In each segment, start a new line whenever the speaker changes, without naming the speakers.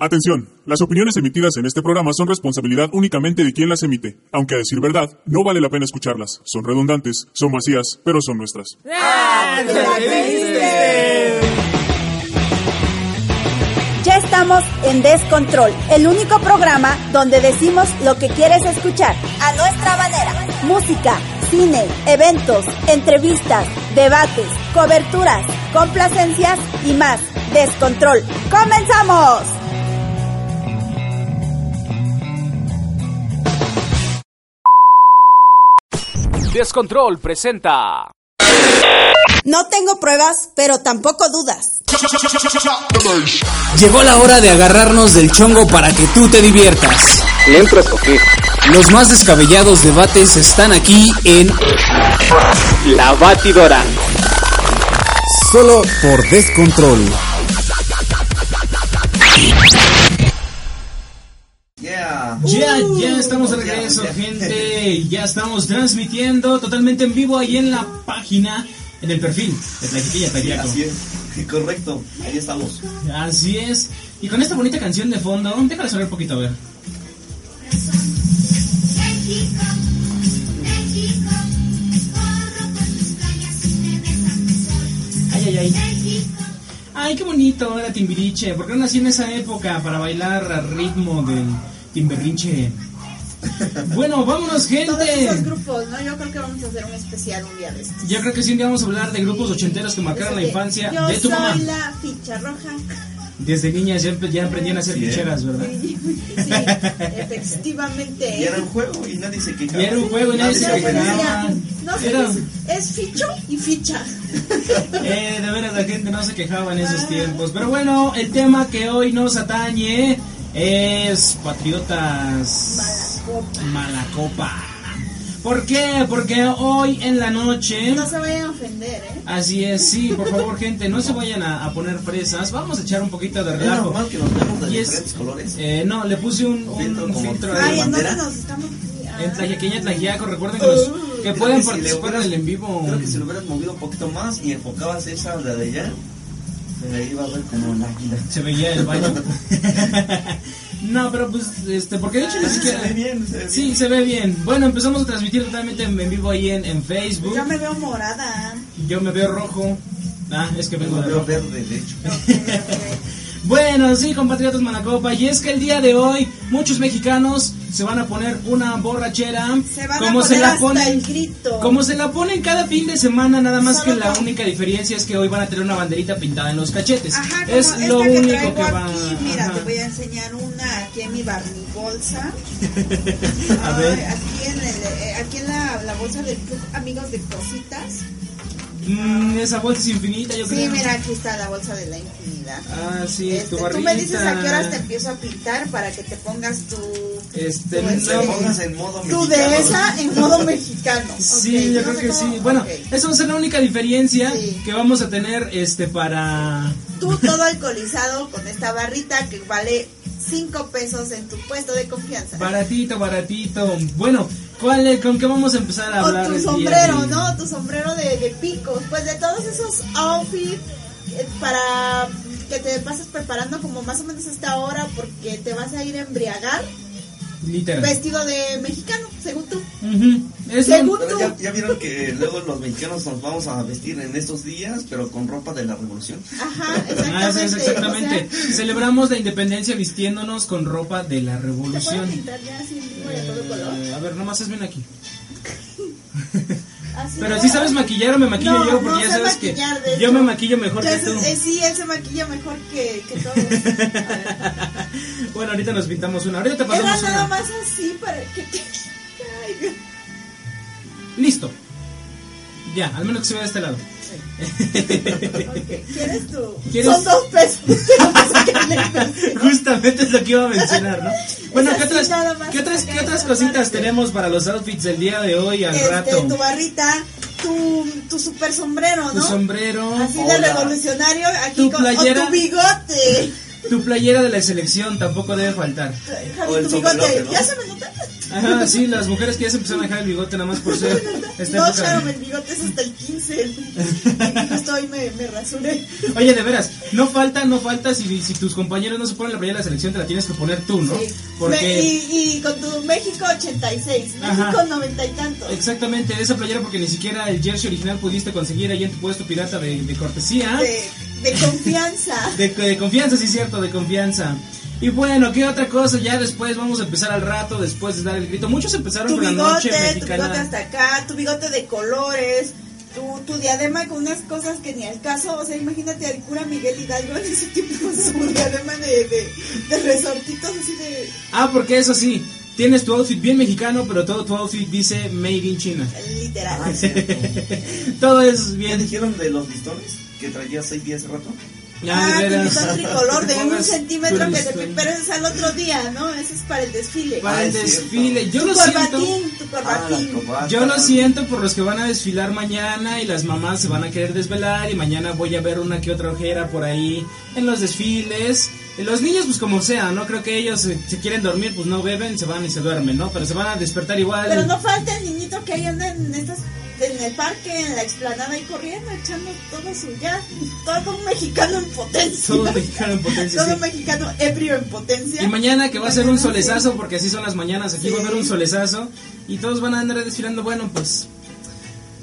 Atención, las opiniones emitidas en este programa son responsabilidad únicamente de quien las emite, aunque a decir verdad, no vale la pena escucharlas. Son redundantes, son vacías, pero son nuestras.
Ya estamos en Descontrol, el único programa donde decimos lo que quieres escuchar a nuestra manera. Música, cine, eventos, entrevistas, debates, coberturas, complacencias y más. Descontrol. ¡Comenzamos!
Descontrol presenta.
No tengo pruebas, pero tampoco dudas.
Llegó la hora de agarrarnos del chongo para que tú te diviertas.
¿Le entras o qué?
Los más descabellados debates están aquí en
La batidora.
Solo por Descontrol.
Ya, ya estamos de regreso, gente. Ya estamos transmitiendo totalmente en vivo ahí en la página, en el perfil de Tlaquitilla Taquiaco.
Así es, correcto, ahí estamos.
Así es. Y con esta bonita canción de fondo, déjala sonar un poquito, a ver.
México, México, corro por tus playas y me besas de sol.
Ay, ay, ay.
México,
Ay, qué bonito era Timbiriche. ¿Por qué no nací en esa época para bailar al ritmo del Timberinche? Bueno, vámonos,
Todos esos
gente.
grupos, ¿no? Yo creo que vamos a hacer un especial un día de estos.
Yo creo que sí un día vamos a hablar de grupos ochenteros que marcaron la
Desde-
infancia
Yo
de tu
soy
mamá.
la ficha roja.
Desde niñas ya, ya aprendían a hacer ficheras, ¿verdad?
Sí, sí, efectivamente. ¿eh?
Y era un juego y nadie se quejaba.
Y era un juego y nadie
Sí,
se
yo
quejaba.
decía, No sé,
Era-
es, es ficho y ficha.
Eh, de veras la gente no se quejaba en
Ah.
esos tiempos. Pero bueno, el tema que hoy nos atañe es Patriotas
Malacopa.
Malacopa. ¿Por qué? Porque hoy en la noche...
No se vayan a ofender, ¿eh?
Así es, sí, por favor gente, no se vayan a, a poner fresas. Vamos a echar un poquito de
Es
relajo.
normal que nos veamos de
Y es-
diferentes colores.
Eh, no, le puse un, un
Filtro como
filtro
¿Pero de
Ay,
ahí.
bandera?
entonces nos estamos. ah,
En Tlayaqueña, Tlajiaco, recuerden que, los- que
Creo
pueden
que si le
participar
hubieras-
en el en vivo.
Creo que si lo hubieras movido un poquito más y enfocabas esa la de allá, se le iba a ver como un águila.
Se veía el baño. no, pero pues, este, porque de hecho ni
Ah,
siquiera.
se ve bien, se ve bien.
Sí, se ve bien. Bueno, empezamos a transmitir totalmente en en vivo ahí en, en Facebook.
Yo me veo morada.
Yo me veo rojo. Ah, es que
Yo
vengo
lo
de
veo
rojo.
verde, de hecho.
Bueno, sí, compatriotas Manacopa. Y es que el día de hoy, muchos mexicanos se van a poner una borrachera.
Se van
como
a poner
se la
hasta
ponen-
el grito.
Como se la ponen cada fin de semana, nada más
Solo
que la
con-
única diferencia es que hoy van a tener una banderita pintada en los cachetes.
Ajá, como
es
esta
lo
que
único
traigo
que va.
aquí. Mira,
ajá.
te voy a enseñar una aquí en mi barni bolsa.
A
Ay,
ver.
Aquí en, el, eh, aquí en la, la bolsa del Club Amigos de Cositas.
Mm, esa bolsa es infinita, yo
Sí,
creo.
mira, aquí está la bolsa de la infinidad.
Ah, sí,
Este,
tu barrita.
tú me dices a qué horas te empiezo a pintar para que te pongas tu,
Este,
tu,
no.
Te pongas en modo
tu
mexicano.
dehesa en modo mexicano.
Sí,
Ok,
yo
no
creo
sé
que
cómo-
sí. Bueno,
ok.
esa va a ser la única diferencia
Sí.
que vamos a tener este para
Tú todo alcoholizado con esta barrita que vale 5 pesos en tu puesto de confianza.
baratito, baratito. Bueno, ¿cuál es- con qué vamos a empezar a hablar?
o tu
el día
sombrero,
de-
¿no? Tu sombrero de, de pico. Pues de todos esos outfits eh, para que te pases preparando como más o menos a esta hora porque te vas a ir a embriagar
Literal.
vestido de mexicano, según tú.
Ujú. Es un-
Pues, Según
Pero
tú.
ya, ya vieron que luego los mexicanos nos vamos a vestir en estos días, pero con ropa de la revolución.
Ajá,
Ah, sí,
exactamente.
es exactamente.
O sea,
Celebramos la independencia vistiéndonos con ropa de la
¿Te puedes
revolución.
pintar ya así mismo de todo color?
Eh, a ver, nomás hazme aquí.
Así
Pero
de-
si sabes maquillar o me maquillo
No,
yo, porque
no
ya
sé
sabes que
maquillar, de
yo
hecho.
me maquillo mejor que tú.
Entonces, eh, sí, él se maquilla mejor que, que todos. A ver.
Bueno, ahorita nos pintamos una. Ahorita te
Era
pasamos
nada
una.
más así para que te... Ay, Dios.
Listo. Ya, al menos que se vea de este lado.
Ok, ¿Quieres tú?
¿Quieres?
Son dos pesos.
Justamente es lo que iba a mencionar, ¿no? Bueno, ¿qué
así,
otras,
nada más
¿qué otras,
acá,
qué otras
esa
cositas
parte.
tenemos para los outfits del día de hoy al
Este,
rato?
tu barrita, tu, tu super sombrero,
Tu
¿no?
sombrero.
Así de
Hola.
revolucionario, aquí
Tu
con o
playera.
tu bigote.
Tu playera de la selección tampoco debe faltar.
Javi,
O el
tu bigote.
sombrerote, ¿no?
¿Ya se me nota?
Ajá, sí, las mujeres que ya se empezaron a dejar el bigote nada más por ser esta
no,
época.
Sharon, el bigote es hasta el 15. Justo hoy me, me rasuré.
Oye, de veras, no falta, no falta. Si, si tus compañeros no se ponen la playera de la selección, te la tienes que poner tú, ¿no?
Sí. Me-
Porque.
y, y con tu México 86, México
Ajá.
90 y tantos.
Exactamente, esa playera porque ni siquiera el jersey original pudiste conseguir ahí en tu puesto pirata de, de cortesía.
De, de confianza.
De, de confianza, sí, cierto, de confianza. Y bueno, ¿qué otra cosa? Ya después vamos a empezar al rato, después de dar el grito. Muchos empezaron
tu
con la noche
bigote, tu
mexicana.
bigote hasta acá, tu bigote de colores. Tu, tu diadema con unas cosas que ni al caso, o sea, imagínate al cura Miguel Hidalgo en ese tiempo con su diadema de, de, de resortitos así de
Ah, porque eso sí, tienes tu outfit bien mexicano, pero todo tu outfit dice Made in China.
literal.
Ah, cierto.
Todo es
¿Ya
bien.
dijeron de los listones que traía seis días hace rato?
de
Ah, tu
veras.
listón tricolor de un
Pongas
centímetro
tu
que te
listón.
pero ese es al otro día, ¿no? Ese es para el desfile.
Para el
Ah, es
desfile. Yo
tu
lo siento.
corbatín, tu
Ah, la
corbatín.
corbata.
Yo lo siento por los que van a desfilar mañana y las mamás se van a querer desvelar y mañana voy a ver una que otra ojera por ahí en los desfiles. Los niños pues como sea, no creo que ellos eh, se quieren dormir, pues no beben, se van y se duermen, ¿no? Pero se van a despertar igual.
Pero no falta el niñito que ahí anda en estas en el parque, en la explanada y corriendo, echando todo su ya, todo un mexicano en potencia.
Todo mexicano en potencia,
Todo
sí.
mexicano ebrio en potencia.
Y mañana que va a ser un
Mañana, sí.
solezazo, porque así son las mañanas, aquí va a haber un
Sí.
solezazo y todos van a andar desfilando, bueno, pues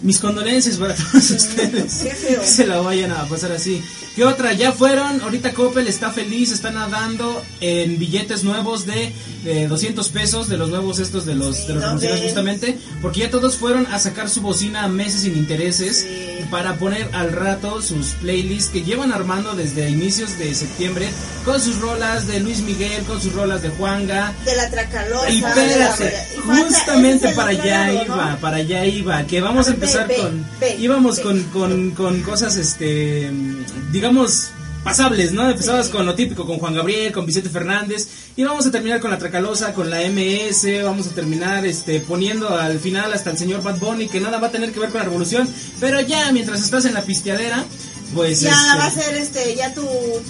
mis condolencias para todos ustedes.
qué feo.
Se la vayan a pasar así. ¿Qué otra? Ya fueron, ahorita Coppel está feliz, está nadando en billetes nuevos de, de 200 pesos, de los nuevos estos de los, de los
no
promocionales
ves.
justamente, porque ya todos fueron a sacar su bocina a meses sin intereses
Sí.
para poner al rato sus playlists que llevan armando desde inicios de septiembre con sus rolas de Luis Miguel, con sus rolas de Juanga.
De la tracalosa.
Y
de la-
espérate,
y falta- ese
justamente
es el
para
otro
allá
lado, ¿no?
iba, para allá iba, que vamos
A
a
ver,
empezar
ve, ve,
con,
ve,
íbamos
ve.
con, con, con cosas, este, digamos, pasables, ¿no? Empezabas con lo típico, con Juan Gabriel, con Vicente Fernández, y vamos a terminar con la Tracalosa, con la MS, vamos a terminar, este, poniendo al final hasta el señor Bad Bunny, que nada va a tener que ver con la revolución, pero ya, mientras estás en la pisteadera, pues,
Ya
este,
va a ser este, ya tu,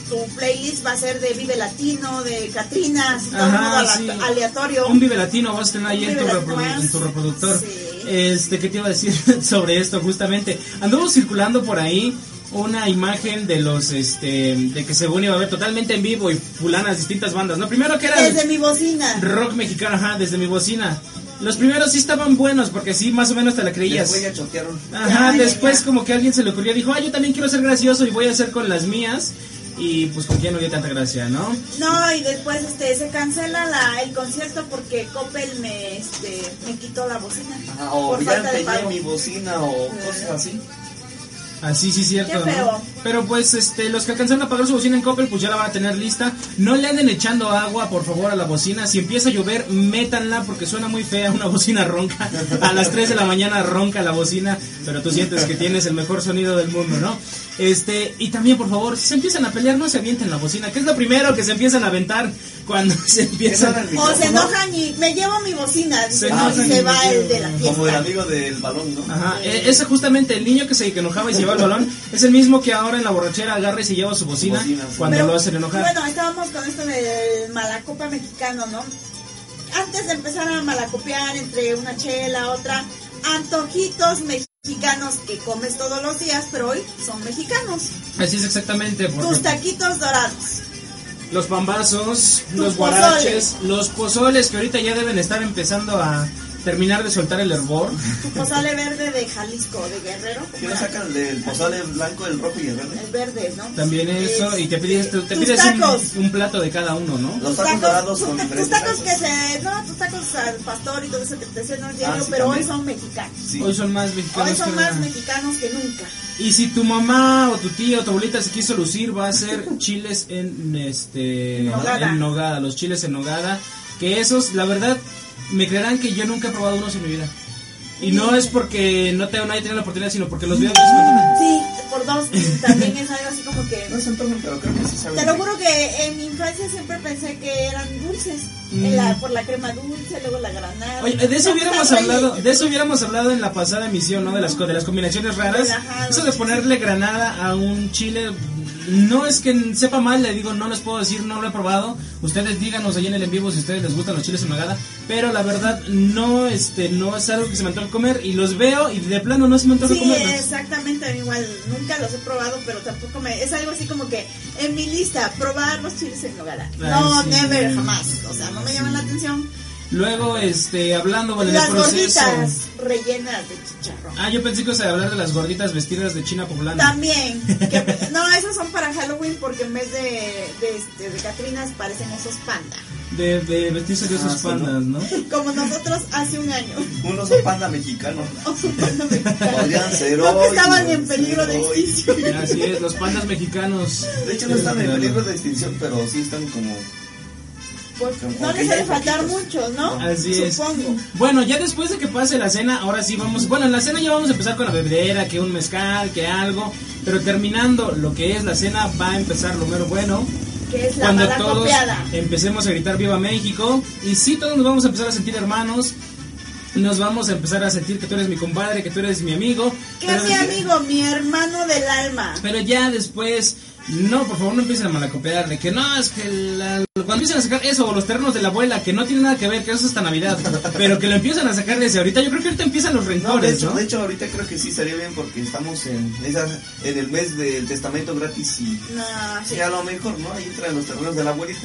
tu playlist va a ser de Vive Latino, de Catrina, así todo
Ajá,
modo ala-
sí.
aleatorio.
Un vive latino vas a tener ahí
Un
en tu,
Vive
reprodu-
Latino,
en tu reproductor.
sí.
Este, ¿qué te iba a decir sobre esto? Justamente, andamos circulando por ahí una imagen de los, este, de que según iba a ver totalmente en vivo y fulanas distintas bandas, ¿no? Primero que era
Desde mi bocina.
rock mexicano, ajá, desde mi bocina. Los primeros sí estaban buenos porque sí, más o menos te la creías.
Después ya chotearon.
Ajá,
Ay,
después
ya.
como que alguien se le ocurrió, dijo, ah, yo también quiero ser gracioso y voy a hacer con las mías. Y pues con quién no dio tanta gracia, ¿no?
No, y después este se cancela la, el concierto porque Coppel me este me quitó la bocina
Ajá, o
por
ya
falta de
empeñé
pago.
mi bocina o cosas así.
Así Ah, sí cierto,
Qué
¿no?
feo.
Pero pues este los que alcanzaron a pagar su bocina en Coppel pues ya la van a tener lista. No le anden echando agua, por favor, a la bocina. Si empieza a llover, métanla porque suena muy fea una bocina ronca. A las 3 de la mañana ronca la bocina, pero tú sientes que tienes el mejor sonido del mundo, ¿no? Este, y también, por favor, si se empiezan a pelear, no se avienten la bocina, que es lo primero que se empiezan a aventar cuando se empiezan
no era el
O se
micrófono?
enojan y me llevo mi bocina
Se
y
enojan y
se
me
va
llevo.
el de la fiesta.
Como el amigo del balón, ¿no?
Ajá, e- ese justamente el niño que se que enojaba y se llevaba el balón es el mismo que ahora en la borrachera agarra y se lleva su bocina,
Bocina, sí.
cuando
Pero,
lo hacen enojar.
Bueno, estábamos con esto del malacopa mexicano, ¿no? Antes de empezar a malacopear entre una chela, otra, antojitos mexicanos que comes todos los días, pero hoy son mexicanos.
Así es exactamente, porque
Tus taquitos dorados.
los pambazos, los
pozoles.
guaraches, los pozoles que ahorita ya deben estar empezando a terminar de soltar el hervor.
Tu pozole verde de Jalisco, de Guerrero. ¿cómo
Que no
era?
sacan del pozole blanco, el rojo y el verde.
El verde, ¿no?
También eso, y te pides, te, te
Tus
pides
tacos.
un, un plato de cada uno, ¿no?
Los tacos dorados
tus
con
ta- tus
diferentes
tacos que
salsas.
se. No, tus tacos al pastor y todo eso que te hacían
Ah,
al diario,
sí,
pero hoy
también.
son mexicanos.
Sí.
Hoy son más mexicanos.
Hoy son
que
más
nada.
mexicanos que nunca.
Y si tu mamá o tu tía o tu abuelita se quiso lucir, va a ser chiles en este
En nogada.
en nogada, los chiles en nogada, que esos, la verdad, me creerán que yo nunca he probado unos en mi vida. Y no es porque no tengo nadie tenga la oportunidad, sino porque los veo.
Sí, por dos. También es algo así como que.
No se antojan, pero creo que sí saben.
Te lo juro que en mi infancia siempre pensé que eran dulces.
Mm.
En la- por la crema dulce, luego la granada.
Oye, de eso hubiéramos
Ay,
hablado, de eso hubiéramos hablado en la pasada emisión, ¿no? De las co- de las combinaciones raras.
Relajado.
Eso de ponerle granada a un chile no es que sepa mal, le digo, no les puedo decir, no lo he probado. Ustedes díganos ahí en el en vivo si a ustedes les gustan los chiles en nogada. Pero la verdad, no, este, no es algo que se me antoja comer. Y los veo y de plano no se me antoja
Sí,
comer.
exactamente, a mí igual nunca los he probado, pero tampoco me... Es algo así como que en mi lista, probar los chiles en nogada. No,
sí.
never, jamás. O sea, no me llaman la atención.
Luego, este, hablando vale,
Las
del proceso.
gorditas rellenas de chicharrón.
Ah, yo pensé que ibas a hablar de las gorditas vestidas de China poblana.
También. que- no, esas son para Halloween porque en vez de, de, este, de Catrinas parecen esos panda.
De, de vestirse de esos
Ah, sí,
pandas, ¿no?
Como nosotros hace un año.
Un oso panda mexicano.
Oso panda mexicano.
Podrían ser
No que
hoy,
estaban
no
en peligro
ser
de
hoy.
extinción.
Así es, los pandas mexicanos.
De hecho, no están en peligro de extinción, pero sí están como.
Pues,
Como
no
que
les
ya
debe
hay
faltar
poquitos.
mucho, ¿no?
Así es.
Supongo.
Bueno, ya después de que pase la cena, ahora sí vamos. Bueno, en la cena ya vamos a empezar con la bebedera, que un mezcal, que algo. Pero terminando lo que es la cena, va a empezar lo mero bueno.
Que es la
cuando
mala
todos
copiada.
empecemos a gritar Viva México y sí todos nos vamos a empezar a sentir hermanos nos vamos a empezar a sentir que tú eres mi compadre que tú eres mi amigo
Que
pero,
es mi amigo, mi hermano del alma.
pero ya después no por favor no empiecen a malacopear de que no es que la- cuando empiezan a sacar eso o los terrenos de la abuela que no tiene nada que ver que eso es hasta navidad pero que lo empiezan a sacar desde ahorita yo creo que ahorita empiezan los
No, de
rencores
hecho,
no,
de hecho, ahorita creo que sí estaría bien porque estamos en, esas- en el mes del testamento gratis y.
No, sí.
Sí, a lo mejor, ¿no? Ahí traen los terrenos de la abuelita.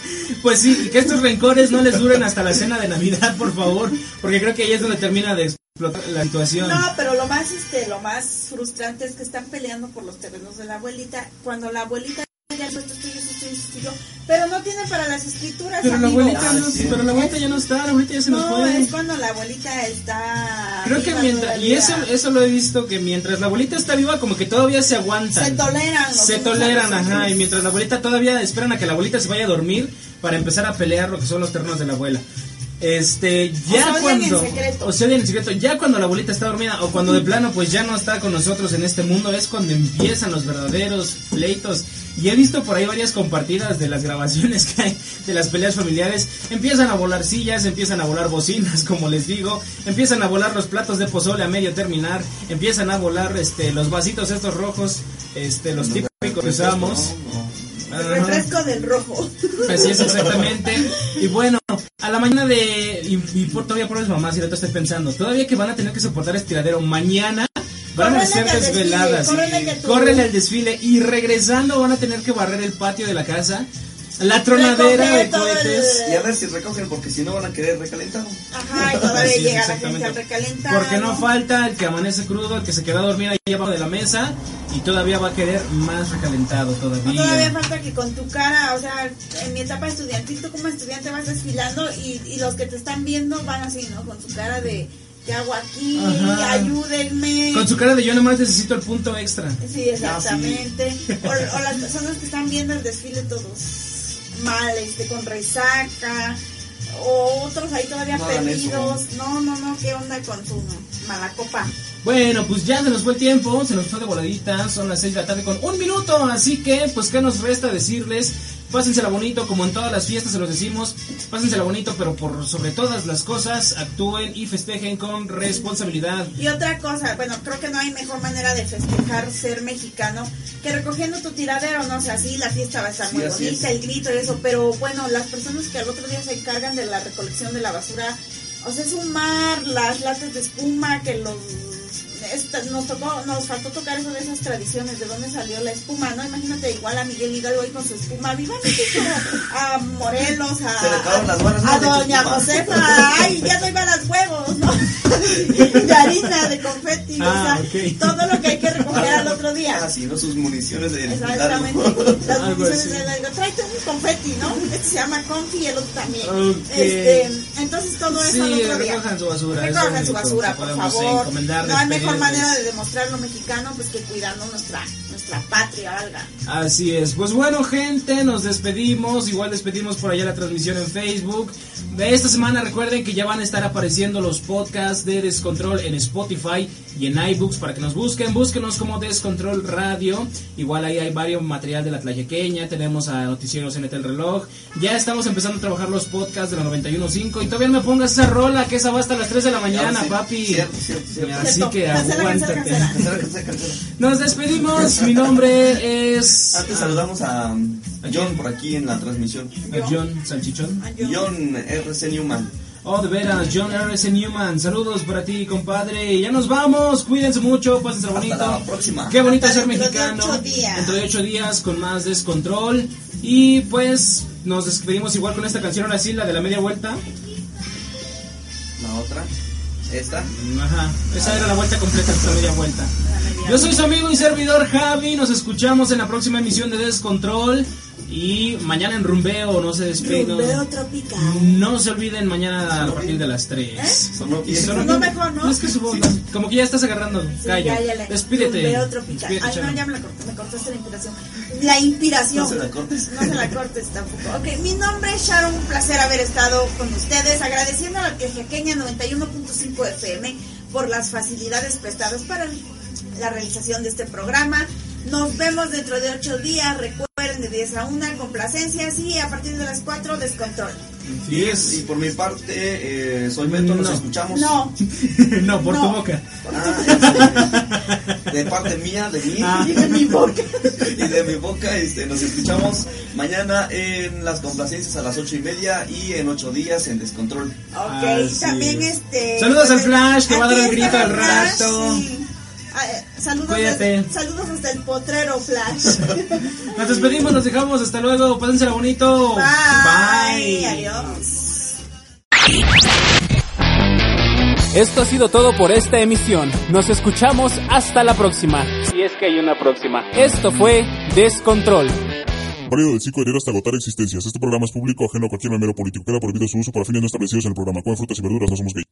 pues sí y que estos rencores no les duren hasta la cena de navidad por favor porque creo que ahí es donde termina de explotar la situación
No, pero lo más este, lo más frustrante es que están peleando por los terrenos de la abuelita cuando la abuelita ya dijo, esto es tuyo, esto es tuyo, esto es tuyo", pero no tiene para las escrituras,
Pero la
amigo.
abuelita, no,
Ah, sí.
pero la abuelita ya no está, la abuelita ya se nos
No,
fue.
es cuando la abuelita está
Creo que
viva
mientras, y
todavía.
eso, eso lo he visto, que mientras la abuelita está viva, como que todavía se aguantan.
se toleran, los
Se
unos a los
toleran, ajá,
otros.
y mientras la abuelita todavía esperan a que la abuelita se vaya a dormir para empezar a pelear lo que son los terrenos de la abuela. Este,
O se
ya
odian en
cuando.
secreto.
O se odian en secreto. Ya cuando la abuelita está dormida o cuando de plano pues ya no está con nosotros en este mundo, es cuando empiezan los verdaderos pleitos. Y he visto por ahí varias compartidas de las grabaciones que hay de las peleas familiares. Empiezan a volar sillas, empiezan a volar bocinas, como les digo. Empiezan a volar los platos de pozole a medio terminar. Empiezan a volar este, los vasitos estos rojos, este, los típicos que usamos.
El
Ajá.
refresco del rojo.
Así Pues es, exactamente. Y bueno, a la mañana de. Y, y por, todavía por las mamás, si ahorita estoy pensando, todavía que van a tener que soportar este tiradero mañana. Van a
Córrele
ser
que al desfile,
desveladas.
córrele que tú-
Córrele al desfile. Y regresando van a tener que barrer el patio de la casa. La tronadera
Recoger
de
todo el-
cohetes.
Y a ver si recogen porque si no van a querer recalentado.
Ajá, y todavía
Así es,
llega la gente
exactamente.
al recalentado.
Porque no falta el que amanece crudo, el que se queda a dormir ahí abajo de la mesa. Y todavía va a querer más recalentado todavía.
Todavía falta que con tu cara, o sea, en mi etapa estudiantil, tú como estudiante vas desfilando y, y los que te están viendo van así, ¿no? Con su cara de, ¿qué hago aquí?
Ajá.
Ayúdenme.
Con su Ah, cara de yo nomás necesito el punto extra.
Sí, exactamente. O, o las personas que están viendo el desfile todos mal, este, con resaca. O otros ahí todavía
No hagan eso.
perdidos. No, no, no, ¿qué onda con tu mala copa?
Bueno, pues ya se nos fue el tiempo, se nos fue de voladita, son las 6 de la tarde con un minuto, así que pues qué nos resta decirles, pásensela bonito, como en todas las fiestas se los decimos, pásensela bonito, pero por sobre todas las cosas, actúen y festejen con responsabilidad.
Y otra cosa, bueno, creo que no hay mejor manera de festejar ser mexicano que recogiendo tu tiradero, no sé, así la fiesta va a estar
Sí,
muy
así
bonita,
es.
el grito y eso, pero bueno, las personas que al otro día se encargan de la recolección de la basura, o sea, es un mar, las latas de espuma, que los... esta- nos, tocó, nos faltó tocar eso de esas tradiciones, de dónde salió la espuma, ¿no? Imagínate igual a Miguel Hidalgo ahí con su espuma, viva México, a Morelos, a,
Se le acabaron las varas, ¿no?
a
de tu
Doña
espuma.
Josefa, ay, ya no iban los huevos, ¿no? de harina, de confeti,
Ah,
o sea,
ok.
todo lo que hay que recoger al otro día.
Ah, sí, ¿no? Sus municiones de
Exactamente. Las
Algo
municiones
así.
de algo. Tráete un confeti, ¿no? Este se llama confi y el otro también.
Ok.
Este, entonces todo eso
Sí,
al otro día.
recojan su basura, es lo
Recojan su
único
basura,
que
por
podemos eh,
favor.
encomendar,
No hay mejor
despedirnos.
manera de demostrar lo mexicano pues que cuidando nuestra nuestra patria, valga.
Así es, pues bueno gente, nos despedimos, igual despedimos por allá la transmisión en Facebook. De esta semana recuerden que ya van a estar apareciendo los podcasts de Descontrol en Spotify y en iBooks para que nos busquen, búsquenos como Descontrol Radio. Igual ahí hay varios material de la tlayaqueña, tenemos a Noticieros en el reloj. Ya estamos empezando a trabajar los podcasts de la 91.5 y todavía no me pongas esa rola que esa va hasta las 3 de la mañana,
sí,
papi.
cierto, cierto, cierto.
Así
Cierto,
que a
cancela, cancela,
Levántate.
cancela.
Cancela, cancela, cancela.
Nos despedimos. Mi nombre es.
Antes saludamos a John por aquí en la transmisión.
a John Salchichón.
John RC Newman.
Oh, de veras, John R.S. Newman. Saludos para ti, compadre. Ya nos vamos. Cuídense mucho. Pásense
Hasta
bonito.
la próxima.
Qué bonito
Hasta
ser
dentro de
mexicano.
ocho días.
Dentro de ocho días con más descontrol. Y pues nos despedimos igual con esta canción. Ahora sí, la de la media vuelta.
La otra. Esta.
Ajá. Esa era la vuelta completa, esa media vuelta. Yo soy su amigo y servidor Javi. Nos escuchamos en la próxima emisión de Descontrol. Y mañana en Rumbeo, no se despeguen.
Rumbeo tropical.
No se olviden mañana a partir de las 3.
Sonó bien.
Sonó mejor, ¿Eh? Pues ¿no?
Es que su voz, como que ya estás agarrando.
Sí,
Gallo.
ya, ya la-
Despídete.
Rumbeo tropical.
Despídete,
Ay, no,
Chano.
ya me, la corté, me cortaste la inspiración. La inspiración.
No se la cortes.
No se la cortes tampoco. Ok, mi nombre es Sharon. Un placer haber estado con ustedes. Agradeciendo a la Tlaxaqueña 91.5 FM por las facilidades prestadas para la realización de este programa. Nos vemos dentro de ocho días. Recuerden de 10 a 1 complacencias y a partir de las 4 descontrol.
Y, es- y por mi parte, eh, soy Beto, nos
No.
escuchamos.
No,
no, por tu
No.
boca.
Ah, este, de parte mía, de mí
Ah.
y de mi boca. Y de mi boca, este, nos escuchamos mañana en las complacencias a las ocho y media y en ocho días en Descontrol.
Ok,
Así
también
es.
este.
Saludos al Flash, que va a dar el
ti,
grito
para
al
Flash,
rato.
sí. Ah, eh, Saludos,
Cuídate.
hasta- saludos hasta el potrero Flash.
Nos despedimos, nos dejamos. Hasta luego. Pásensela bonito.
Bye. Adiós.
Esto ha sido todo por esta emisión. Nos escuchamos hasta la próxima.
Si es que hay una próxima.
Esto fue Descontrol.
Válido del 5 de enero hasta agotar existencias. Este programa es público, ajeno a cualquier mero político. Queda prohibido su uso para fines no establecidos en el programa. Comen frutas y verduras, no somos gay.